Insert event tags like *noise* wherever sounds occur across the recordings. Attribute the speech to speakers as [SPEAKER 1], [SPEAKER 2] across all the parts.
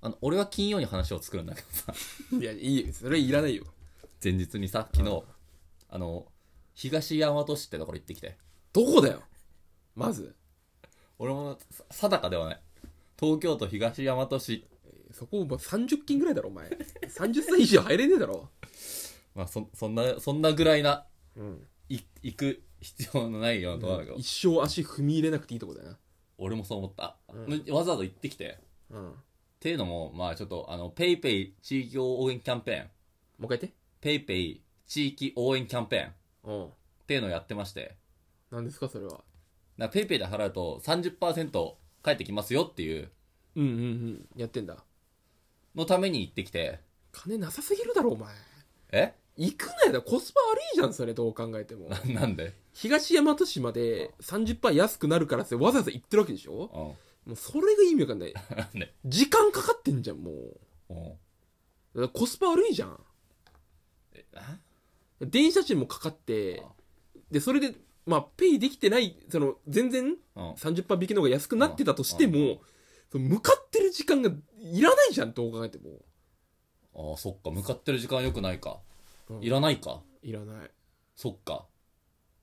[SPEAKER 1] あの、俺は金曜に話を作るんだけどさ、 *laughs*
[SPEAKER 2] いや、いいよ。それいらないよ。
[SPEAKER 1] 前日にさ、昨日、あの、東大和市ってところ行ってきて。
[SPEAKER 2] どこだよまず、
[SPEAKER 1] 俺もさ定かではない。東京都東大和市。
[SPEAKER 2] そこもう30金ぐらいだろ、お前。30歳以上入れねえだろ。
[SPEAKER 1] まあ、そ、そんな、そんなぐらいな、
[SPEAKER 2] うん。
[SPEAKER 1] い、行く必要のないようなところだけど、
[SPEAKER 2] 一生足踏み入れなくていいとこだよ
[SPEAKER 1] 俺もそう思った、
[SPEAKER 2] うん
[SPEAKER 1] わざわざ行ってきて。っ
[SPEAKER 2] な。うん。も
[SPEAKER 1] ていうのも、まあちょっと、あの、ペイペイ地域応援キャンペーン、
[SPEAKER 2] う一回言って。
[SPEAKER 1] ペイペイ地域応援キャンペーンっ
[SPEAKER 2] うん。
[SPEAKER 1] ていうのをやってまして、
[SPEAKER 2] 何ですか、それは。
[SPEAKER 1] なペイペイで払うと30%返ってきますよっていう
[SPEAKER 2] うんうんうん。やってんだ。
[SPEAKER 1] のために行ってきて、
[SPEAKER 2] 金なさすぎるだろ、お前。
[SPEAKER 1] え *laughs*
[SPEAKER 2] 行くなよ。コスパ悪いじゃん、それ、どう考えても
[SPEAKER 1] な。なんで
[SPEAKER 2] 東大和市まで30%安くなるからってわざわざ行ってるわけでしょ
[SPEAKER 1] うん。
[SPEAKER 2] もうそれが意味わかんない。
[SPEAKER 1] なんで
[SPEAKER 2] 時間かかってんじゃん、もう。
[SPEAKER 1] うん。
[SPEAKER 2] だからコスパ悪いじゃん。
[SPEAKER 1] えあ
[SPEAKER 2] 電車賃もかかって、で、それで、まあ、ペイできてない、その、全然
[SPEAKER 1] うん。
[SPEAKER 2] 30%引きの方が安くなってたとして
[SPEAKER 1] うんう
[SPEAKER 2] も、その向かってる時間がいらないじゃん、どう考えても。
[SPEAKER 1] ああ、そっか。向かってる時間良くないか
[SPEAKER 2] う。ん
[SPEAKER 1] いらないか。
[SPEAKER 2] いらない。
[SPEAKER 1] そっか。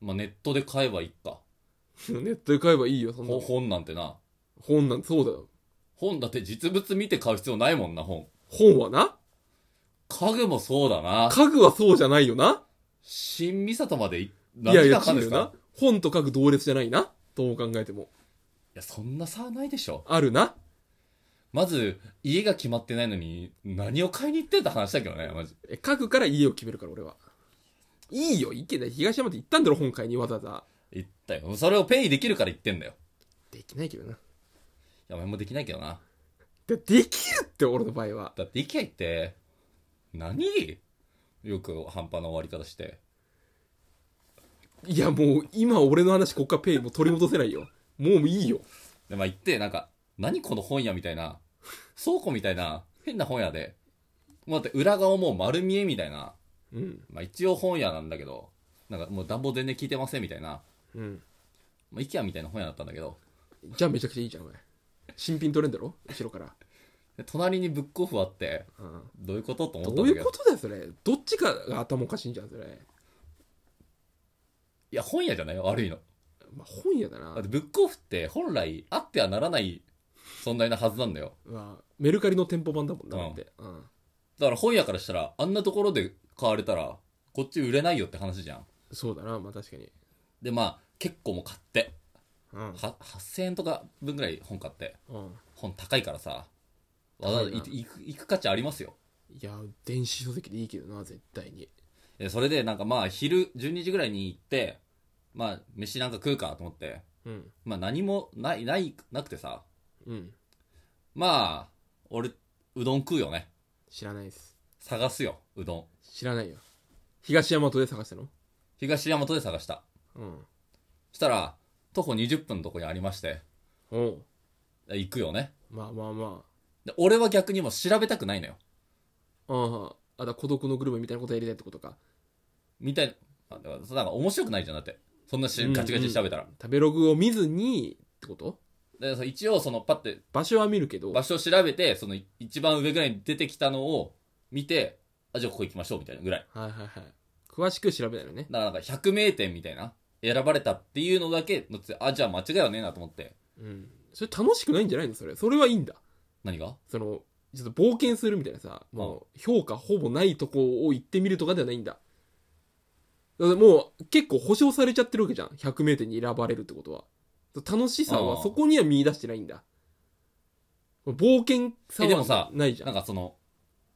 [SPEAKER 1] まあ、ネットで買えばいいか。
[SPEAKER 2] ネットで買えばいいよ、そんな
[SPEAKER 1] ほ
[SPEAKER 2] の。
[SPEAKER 1] 本なんてな。
[SPEAKER 2] 本なんてそうだよ。
[SPEAKER 1] 本だって実物見て買う必要ないもんな、本。
[SPEAKER 2] 本はな
[SPEAKER 1] 家具もそうだな。
[SPEAKER 2] 家具はそうじゃないよな
[SPEAKER 1] 新三里までい
[SPEAKER 2] いやい
[SPEAKER 1] 何時間
[SPEAKER 2] や、
[SPEAKER 1] かか
[SPEAKER 2] 違
[SPEAKER 1] るん
[SPEAKER 2] う
[SPEAKER 1] です
[SPEAKER 2] よ
[SPEAKER 1] か
[SPEAKER 2] な。本と家具同列じゃないな。どう考えても。
[SPEAKER 1] いや、そんな差はないでしょ。
[SPEAKER 2] あるな。
[SPEAKER 1] まず、家が決まってないのに、何を買いに行ってんだ話だけどね、マジ。
[SPEAKER 2] え家具から家を決めるから、俺は。いいよ、行けない。東山って行ったんだろ、本会にわざわざ。
[SPEAKER 1] 言ったよ。それをペイできるから言ってんだよ。
[SPEAKER 2] できないけどな。
[SPEAKER 1] いや、お前もできないけどな。
[SPEAKER 2] でできるって、俺の場合は。
[SPEAKER 1] だって、イケア行って、何よく半端な終わり方して。
[SPEAKER 2] いや、もう、今俺の話、こっからペイもう取り戻せないよ。もういいよ。
[SPEAKER 1] で、まあ行って、なんか、何この本屋みたいな、倉庫みたいな、変な本屋で、もうだって裏側もう丸見えみたいな、
[SPEAKER 2] うん。
[SPEAKER 1] まあ一応本屋なんだけど、なんかもう暖房全然効いてませんみたいな、
[SPEAKER 2] うん。
[SPEAKER 1] まあ、イケアみたいな本屋だったんだけど、
[SPEAKER 2] じゃあめちゃくちゃいいじゃん、お前。新品取れんだろ後ろから。
[SPEAKER 1] で隣にブックオフあって、
[SPEAKER 2] うん。
[SPEAKER 1] どういうことと思った
[SPEAKER 2] ど
[SPEAKER 1] ん
[SPEAKER 2] う
[SPEAKER 1] だ
[SPEAKER 2] い
[SPEAKER 1] け
[SPEAKER 2] う
[SPEAKER 1] ど
[SPEAKER 2] こ、とだよ、それ。どっちかが頭おかしいんじゃん、それ。
[SPEAKER 1] いや、本屋じゃないよ、悪いの。
[SPEAKER 2] まあ、本屋だ
[SPEAKER 1] だっ
[SPEAKER 2] な
[SPEAKER 1] て。ブックオフって本来あってはならない存在なはずなんだよ。
[SPEAKER 2] まあ、メルカリの店舗版だもんな、だって。うん。
[SPEAKER 1] だから本屋からしたら、あんなところで買われたら、こっち売れないよって話じゃん。
[SPEAKER 2] そうだな、まあ確かに。
[SPEAKER 1] で、まあ、結構もう買って、
[SPEAKER 2] うん。
[SPEAKER 1] は8000円とか分ぐらい本買って、
[SPEAKER 2] うん。
[SPEAKER 1] 本高いからさ、わざわざ
[SPEAKER 2] 高
[SPEAKER 1] 行
[SPEAKER 2] いな
[SPEAKER 1] 行く行く価値ありますよ。
[SPEAKER 2] いや、電子書籍でいいけどな、絶対に。
[SPEAKER 1] えそれで、なんかまあ、昼12時ぐらいに行って、まあ、飯なんか食うかと思って、
[SPEAKER 2] うん。
[SPEAKER 1] まあ、何もない、ない、なくてさ、
[SPEAKER 2] うん。
[SPEAKER 1] まあ、俺、うどん食うよね。
[SPEAKER 2] 知らないです。
[SPEAKER 1] 探すよ、うどん。
[SPEAKER 2] 知らないよ。東大和で探したの
[SPEAKER 1] 東大和で探した。
[SPEAKER 2] うん。
[SPEAKER 1] したら、徒歩20分のとこにありまして、
[SPEAKER 2] おう。
[SPEAKER 1] 行くよね。
[SPEAKER 2] まあまあま
[SPEAKER 1] で、俺は逆にもう調べたくないのよ。
[SPEAKER 2] あ。ああ、あだ、孤独のグルメみたいなことやりたいってことか。
[SPEAKER 1] みたいな、あだからなんか面白くないじゃん、だって。そんなし、ガチガチに調べたら。
[SPEAKER 2] 食べログを見ずに、ってこと
[SPEAKER 1] でそう一応、その、パッて、
[SPEAKER 2] 場所は見るけど。
[SPEAKER 1] 場所を調べて、その、い一番上ぐらいに出てきたのを見て、あ、じゃあここ行きましょう、みたいなぐらい。
[SPEAKER 2] はいはいはい。詳しく調べないのね。
[SPEAKER 1] だからなんか、100名店みたいな、選ばれたっていうのだけ載ってて、あ、じゃあ間違いはねえなと思って。
[SPEAKER 2] うん。それ楽しくないんじゃないのそれ。それはいいんだ。
[SPEAKER 1] 何が
[SPEAKER 2] その、ちょっと冒険するみたいなさ、もう評価ほぼないとこを行ってみるとかではないんだ。だからもう結構保証されちゃってるわけじゃん。100名店に選ばれるってことは。楽しさ
[SPEAKER 1] あ
[SPEAKER 2] は
[SPEAKER 1] あ
[SPEAKER 2] そこには見出してないんだ。冒険さ
[SPEAKER 1] えでもさ
[SPEAKER 2] はないじゃ
[SPEAKER 1] なん
[SPEAKER 2] ん。
[SPEAKER 1] かその、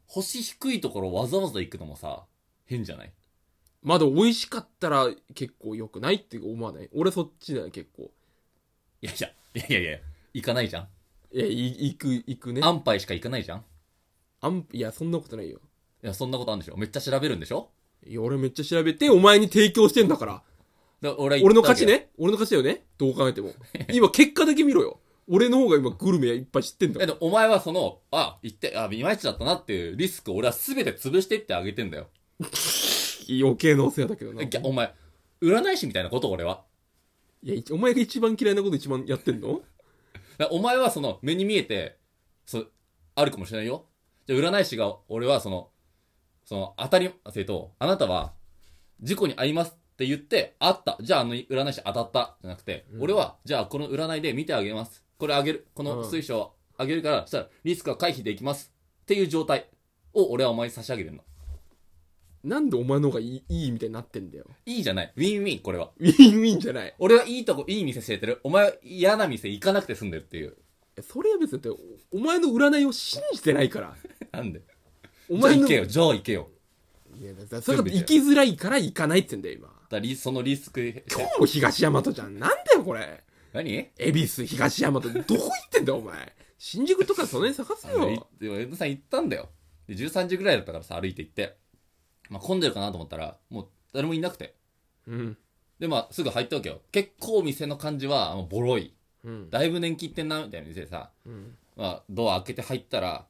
[SPEAKER 1] 星低いところわざわざ行くのもさ、変じゃない
[SPEAKER 2] まだ美味しかったら結構良くないって思わない俺そっちだよ結構。
[SPEAKER 1] いやいや、いやいやいや、行かないじゃん。
[SPEAKER 2] いや、い行く、行くね。
[SPEAKER 1] 安牌しか行かないじゃん。
[SPEAKER 2] あん、いや、そんなことないよ。
[SPEAKER 1] いや、そんなことあるんでしょめっちゃ調べるんでしょ
[SPEAKER 2] いや、俺めっちゃ調べて、お前に提供してんだから。
[SPEAKER 1] で俺は行った
[SPEAKER 2] 俺の
[SPEAKER 1] わけよ
[SPEAKER 2] 勝ち。ね俺の勝ちだよねどう考え *laughs* ても。今、結果だけ見ろよ。俺の方が今、グルメいっぱい知ってんだ
[SPEAKER 1] え、
[SPEAKER 2] か
[SPEAKER 1] で
[SPEAKER 2] ら。
[SPEAKER 1] もお前はその、あ、行って、あ、いまいちだったなっていうリスクを俺は全て潰してってあげてんだよ。
[SPEAKER 2] *laughs* 余計なお世話だけどな。
[SPEAKER 1] え
[SPEAKER 2] い
[SPEAKER 1] ぎゃお前、占い師みたいなこと俺は。
[SPEAKER 2] や、いお前が一番嫌いなこと一番やってんの
[SPEAKER 1] だからお前はその、目に見えて、そう、あるかもしれないよ。じゃあ、占い師が、俺はその、その、当たり前と、あなたは、事故に遭いますって言って、あった。じゃあ、あの占い師当たった。じゃなくて、
[SPEAKER 2] うん
[SPEAKER 1] 俺は、じゃあ、この占いで見てあげます。これあげる。この
[SPEAKER 2] うん
[SPEAKER 1] 水晶あげるから、したら、リスクは回避できます。っていう状態を、俺はお前に差し上げてんの。
[SPEAKER 2] なんでお前の方がいいいいみたいになってん *laughs* だよ。
[SPEAKER 1] いいじゃない。ウィンウィン、これは。
[SPEAKER 2] ウィンウィンじゃない。
[SPEAKER 1] 俺はいいとこ、いい店知れてる。お前は嫌な店行かなくて済んでるっていう。
[SPEAKER 2] えそれは別にだって、おお前の占いを信じてないから。
[SPEAKER 1] なんで。
[SPEAKER 2] お
[SPEAKER 1] じゃあ
[SPEAKER 2] 前
[SPEAKER 1] 行
[SPEAKER 2] の。
[SPEAKER 1] けよ、じゃあ行けよ。
[SPEAKER 2] いやだからそれだって行きづらいから行かないってんだよ、今。 *laughs*
[SPEAKER 1] だリそのリスク、
[SPEAKER 2] 今日も東大和じゃん。なんだよ、これ。
[SPEAKER 1] 何
[SPEAKER 2] 恵比寿、東大和、どこ行ってんだよ、お前。新宿とかその辺探せ
[SPEAKER 1] で
[SPEAKER 2] よ。、
[SPEAKER 1] でも江戸さん行ったんだよ。で、13時ぐらいだったからさ、歩いて行って。まあ、混んでるかなと思ったら、もう誰もいなくて。
[SPEAKER 2] うん。
[SPEAKER 1] で、まあ、すぐ入ったわけよ。結構店の感じは、もうボロい。
[SPEAKER 2] うん。
[SPEAKER 1] だいぶ年季いってんな、みたいな店でさ、
[SPEAKER 2] うん。
[SPEAKER 1] まあ、ドア開けて入ったら、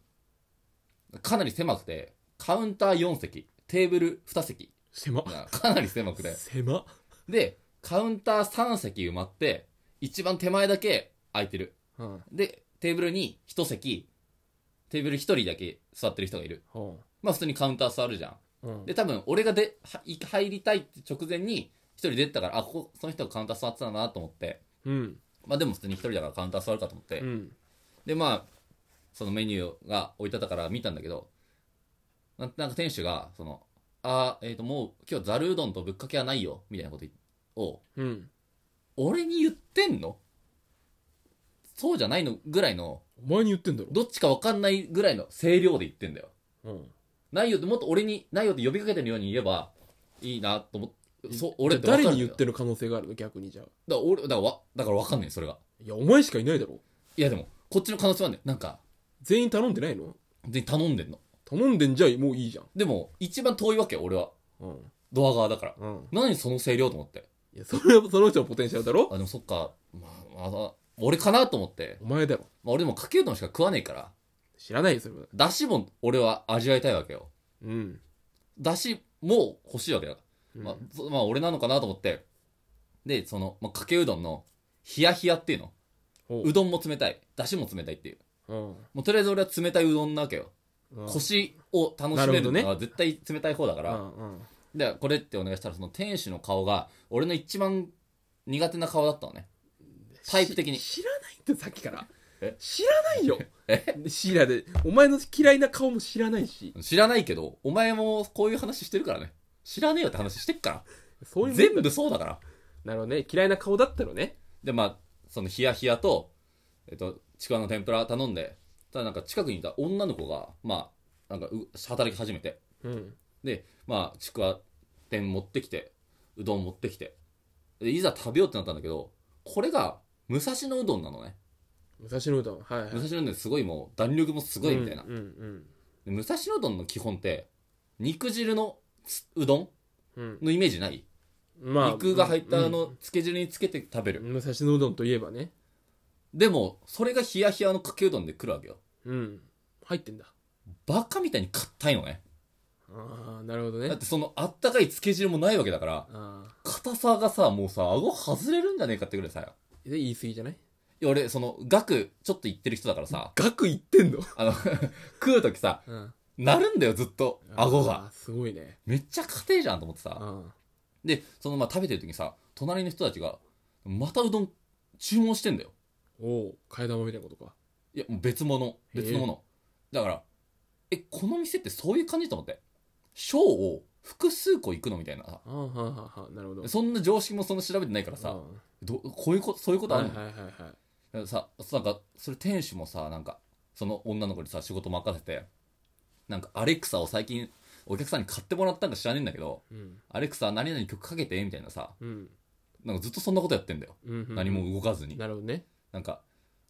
[SPEAKER 1] かなり狭くて、カウンター4席、テーブル2席。
[SPEAKER 2] 狭。
[SPEAKER 1] まあかなり狭くて。
[SPEAKER 2] 狭。
[SPEAKER 1] で、カウンター3席埋まって、一番手前だけ空いてる。
[SPEAKER 2] うん。
[SPEAKER 1] で、テーブルに1席、テーブル1人だけ座ってる人がいる。
[SPEAKER 2] ほ
[SPEAKER 1] まあ普通にカウンター座るじゃん。
[SPEAKER 2] う。うん。
[SPEAKER 1] で、多分俺がで、はい入りたいって直前に一人出てたから、あ、ここ、その人がカウンター座ってたなと思って。
[SPEAKER 2] うん。
[SPEAKER 1] まあでも普通に一人だからカウンター座るかと思って。
[SPEAKER 2] うん。
[SPEAKER 1] で、まあ、そのメニューが置いてあったから見たんだけど、なんなんか店主が、その、あーえっ、と、もう今日ザルうどんとぶっかけはないよ、みたいなことを、
[SPEAKER 2] うん。
[SPEAKER 1] 俺に言ってんのそうじゃないのぐらいの、
[SPEAKER 2] お前に言ってんだろ。
[SPEAKER 1] どっちかわかんないぐらいの声量で言ってんだよ。
[SPEAKER 2] うん。
[SPEAKER 1] ないよって、もっと俺に、ないよって呼びかけてるように言えば、いいなと思って、そう、俺
[SPEAKER 2] じゃあ誰に言っ
[SPEAKER 1] る
[SPEAKER 2] てる可能性があるの逆にじゃあ。
[SPEAKER 1] だから俺、だからわ、だからわかんない、それが。
[SPEAKER 2] いや、お前しかいないだろ。
[SPEAKER 1] いやでも、こっちの可能性はね、なんか、
[SPEAKER 2] 全員頼んでないの
[SPEAKER 1] 全然頼んでんの。
[SPEAKER 2] 頼んでんじゃもういいじゃん。
[SPEAKER 1] でも、一番遠いわけよ、俺は。
[SPEAKER 2] うん。
[SPEAKER 1] ドア側だから。
[SPEAKER 2] うん。
[SPEAKER 1] 何その声量と思って。
[SPEAKER 2] いや、それはその人のポテンシャルだろ
[SPEAKER 1] あ、でもそっか、まあ、まあ、俺かなと思って。
[SPEAKER 2] お前だろ。
[SPEAKER 1] まあ、俺でもかけうどんしか食わねえから、
[SPEAKER 2] 知らないよ、それは。
[SPEAKER 1] だしも俺は味わいたいわけよ。
[SPEAKER 2] うん。
[SPEAKER 1] だしも欲しいわけだ。まあ
[SPEAKER 2] うん、
[SPEAKER 1] そまあ、俺なのかなと思って。で、その、まあ、かけうどんの、ヒヤヒヤっていうの。
[SPEAKER 2] ほ
[SPEAKER 1] うどんも冷たい。だしも冷たいっていう。
[SPEAKER 2] うん。
[SPEAKER 1] もうとりあえず俺は冷たいうどんなわけよ。
[SPEAKER 2] うん
[SPEAKER 1] 腰を楽しめるのは絶対冷たい方だか
[SPEAKER 2] う
[SPEAKER 1] ら。
[SPEAKER 2] んうん。
[SPEAKER 1] で、これってお願いしたら、その店主の顔が、俺の一番苦手な顔だったのね。タイプ的に
[SPEAKER 2] し知らないってさっきから
[SPEAKER 1] え
[SPEAKER 2] 知らないよ
[SPEAKER 1] え
[SPEAKER 2] 知らでお前の嫌いな顔も知らないし
[SPEAKER 1] 知らないけど、お前もこういう話してるからね。知らねえよって話してっか
[SPEAKER 2] そうい
[SPEAKER 1] ら。
[SPEAKER 2] うもんだ
[SPEAKER 1] 全部そうだから。
[SPEAKER 2] なるほどね嫌いな顔だったのね
[SPEAKER 1] で、まあ、そのヒヤヒヤと、えっと、ちくわの天ぷら頼んで、ただなんか近くにいた女の子が、まあ、なんかう、働き始めて。
[SPEAKER 2] うん
[SPEAKER 1] で、まあ、ちくわ天持ってきて、うどん持ってきて。で、いざ食べようってなったんだけど、これが、武蔵野うどんなのね。
[SPEAKER 2] 武蔵野うどんはいはい
[SPEAKER 1] 武蔵野うどんすごいもう、弾力もすごいみたいな
[SPEAKER 2] うん。うん
[SPEAKER 1] で武蔵野うどんの基本って、肉汁のつうどん
[SPEAKER 2] うん
[SPEAKER 1] のイメージない
[SPEAKER 2] うんま
[SPEAKER 1] 肉が入ったあ
[SPEAKER 2] うん
[SPEAKER 1] のつけ汁につけて食べる、
[SPEAKER 2] 武蔵野うどんといえばね
[SPEAKER 1] でもそれが冷や冷やのかけうどんで来るわけよ
[SPEAKER 2] うん入ってんだ
[SPEAKER 1] バカみたいに硬いのね
[SPEAKER 2] ああなるほど
[SPEAKER 1] だっ
[SPEAKER 2] ね
[SPEAKER 1] てそのあったかいつけ汁もないわけだから
[SPEAKER 2] ああ
[SPEAKER 1] 硬さがさもうさ顎外れるんじゃねえかってぐらいさい
[SPEAKER 2] で言い過ぎじゃない
[SPEAKER 1] や俺その額ちょっといってる人だからさ
[SPEAKER 2] 額いってんの
[SPEAKER 1] あの *laughs* 食う時さ
[SPEAKER 2] うん
[SPEAKER 1] なるんだよずっと顎が
[SPEAKER 2] あーすごいね
[SPEAKER 1] めっちゃ硬いじゃんと思ってさ
[SPEAKER 2] あ
[SPEAKER 1] でそのまあ食べてる時にさ隣の人たちがまたうどん注文してんだよ
[SPEAKER 2] おお替え玉みたいなことか
[SPEAKER 1] いや、もう別物。
[SPEAKER 2] へえ
[SPEAKER 1] 別のもの。だから、え、この店ってそういう感じと思って。小を複数個行くのみたいなさ。
[SPEAKER 2] ああはあはあはあなるほど
[SPEAKER 1] そんな常識もそんな調べてないからさ、
[SPEAKER 2] うん
[SPEAKER 1] どこういうこと、そういうことあ
[SPEAKER 2] はい
[SPEAKER 1] る
[SPEAKER 2] はい
[SPEAKER 1] の、
[SPEAKER 2] はいはい
[SPEAKER 1] だからさ、そうなんか、それ店主もさ、なんか、その女の子にさ、仕事任せて、なんか、アレクサを最近、お客さんに買ってもらったんか知らねえんだけど、
[SPEAKER 2] うん
[SPEAKER 1] アレクサ何々曲かけてみたいなさ、
[SPEAKER 2] うん
[SPEAKER 1] なんかずっとそんなことやってんだよ。
[SPEAKER 2] うん
[SPEAKER 1] 何も動かずに。
[SPEAKER 2] なるほどね
[SPEAKER 1] なんか、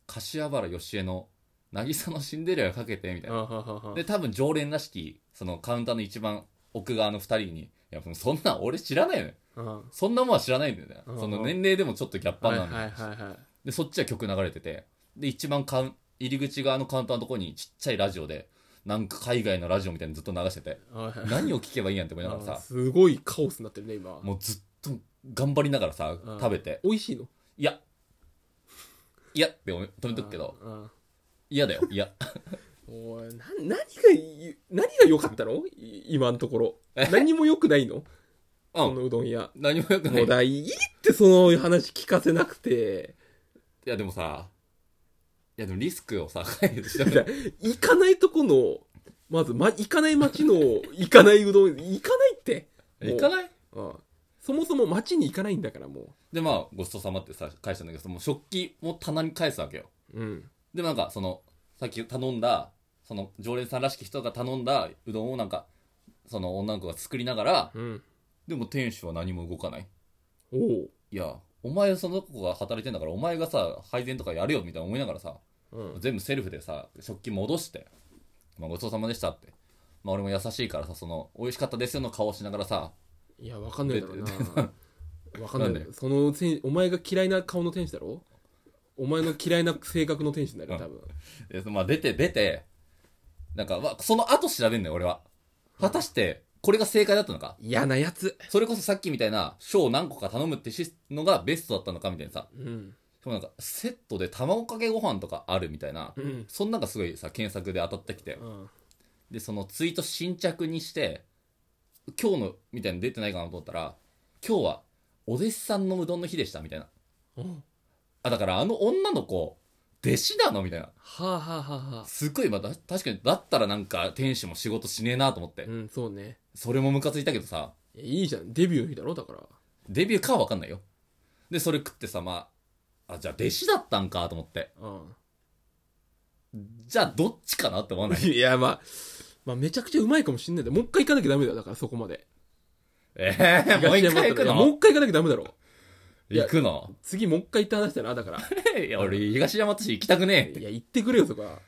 [SPEAKER 1] 柏原芳恵の、渚のシンデレラかけてみたいな
[SPEAKER 2] あ。ははは
[SPEAKER 1] で、多分常連らしき、そのカウンターの一番奥側の二人に、いや、もうそんなん俺知らないよね。
[SPEAKER 2] は
[SPEAKER 1] そんなもんは知らないんだよね
[SPEAKER 2] うんう。ん
[SPEAKER 1] その年齢でもちょっとギャッパ
[SPEAKER 2] はい
[SPEAKER 1] ー
[SPEAKER 2] は
[SPEAKER 1] ないんだ
[SPEAKER 2] はい
[SPEAKER 1] よ。
[SPEAKER 2] は
[SPEAKER 1] で、そっちは曲流れてて、で、一番カウン、入り口側のカウンターのとこにちっちゃいラジオで、なんか海外のラジオみたいにずっと流して
[SPEAKER 2] *laughs*
[SPEAKER 1] て、
[SPEAKER 2] いはい
[SPEAKER 1] 何を聴けばいいんやんって思いながら
[SPEAKER 2] あ
[SPEAKER 1] さ、
[SPEAKER 2] すごいカオスになってるね今
[SPEAKER 1] もうずっと頑張りながらさ
[SPEAKER 2] う、ん
[SPEAKER 1] 食べて、
[SPEAKER 2] 美味しいの
[SPEAKER 1] いや、いやって思い止めとくけど、
[SPEAKER 2] あ
[SPEAKER 1] 嫌だよ、いや。 *laughs*
[SPEAKER 2] おいな何がい何が良かったのい今のところ
[SPEAKER 1] え
[SPEAKER 2] 何も良くないの
[SPEAKER 1] *laughs* う
[SPEAKER 2] そ
[SPEAKER 1] ん。
[SPEAKER 2] のうどん屋
[SPEAKER 1] 何もよくな
[SPEAKER 2] も。
[SPEAKER 1] いう
[SPEAKER 2] だいいってその話聞かせなくて
[SPEAKER 1] いやでもさ、いやでもリスク
[SPEAKER 2] *laughs*
[SPEAKER 1] をさ、回避しな
[SPEAKER 2] だ行かないとこのまず、ま、行かない町の行かないうどん行かないってもう
[SPEAKER 1] 行かない
[SPEAKER 2] うんそもそも町に行かないんだからも
[SPEAKER 1] でまあ、ごちそうさまってさ、返したんだけど、その食器も棚に返すわけよ。
[SPEAKER 2] ううん
[SPEAKER 1] でもなんか、その、さっき頼んだ、その常連さんらしき人が頼んだうどんをなんか、その女の子が作りながら、
[SPEAKER 2] うん
[SPEAKER 1] でも店主は何も動かない。
[SPEAKER 2] おう
[SPEAKER 1] いや、お前その子が働いてんだから、お前がさ、配膳とかやるよみたいな思いながらさ、
[SPEAKER 2] うん
[SPEAKER 1] 全部セルフでさ、食器戻して、まあ、ごちそうさまでしたって。まあ俺も優しいからさ、その、美味しかったですよの顔しながらさ、
[SPEAKER 2] いやわかんないだろうなわかん
[SPEAKER 1] な
[SPEAKER 2] なんい
[SPEAKER 1] で *laughs*
[SPEAKER 2] そのせんお前が嫌いな顔の天使だろお前の嫌いな性格の天使になる
[SPEAKER 1] うん
[SPEAKER 2] 多分
[SPEAKER 1] でまあ出て、出て、なんか、まあ、その後調べんのよ、俺は。果たして、これが正解だったのか。
[SPEAKER 2] 嫌なやつ
[SPEAKER 1] それこそさっきみたいな、賞を何個か頼むってシスのがベストだったのかみたいなさ。
[SPEAKER 2] うん
[SPEAKER 1] しかもなんか、セットで卵かけご飯とかあるみたいな。
[SPEAKER 2] うん
[SPEAKER 1] そんなんがすごいさ、検索で当たってきて
[SPEAKER 2] う。ん
[SPEAKER 1] で、そのツイート新着にして、今日の、みたいなの出てないかなと思ったら、今日は、お弟子さんのうどんの日でした、みたいな。
[SPEAKER 2] うん
[SPEAKER 1] あ、だからあの女の子、弟子なのみたいな。
[SPEAKER 2] はあはあはあはあ
[SPEAKER 1] すっごい、まあ、だ確かに、だったらなんか、店主も仕事しねえなと思って。
[SPEAKER 2] うんそうね
[SPEAKER 1] それもムカついたけどさ、
[SPEAKER 2] いやいいじゃんデビューの日だろだから
[SPEAKER 1] デビューかはわかんないよ。で、それ食ってさ、まあ、あ、じゃあ弟子だったんかと思って。
[SPEAKER 2] うん。
[SPEAKER 1] じゃあどっちかなって思わない *laughs*
[SPEAKER 2] いやまあまあめちゃくちゃうまいかもしんないんだもう一回行かなきゃダメだよだからそこまで
[SPEAKER 1] ええもう一回行く
[SPEAKER 2] いやもう
[SPEAKER 1] の
[SPEAKER 2] 一回行かなきゃダメだろいや
[SPEAKER 1] 行くの
[SPEAKER 2] 次もう一回行って話したらだから
[SPEAKER 1] いや、俺、東山市行きたくねえって。
[SPEAKER 2] いや行ってくれよとか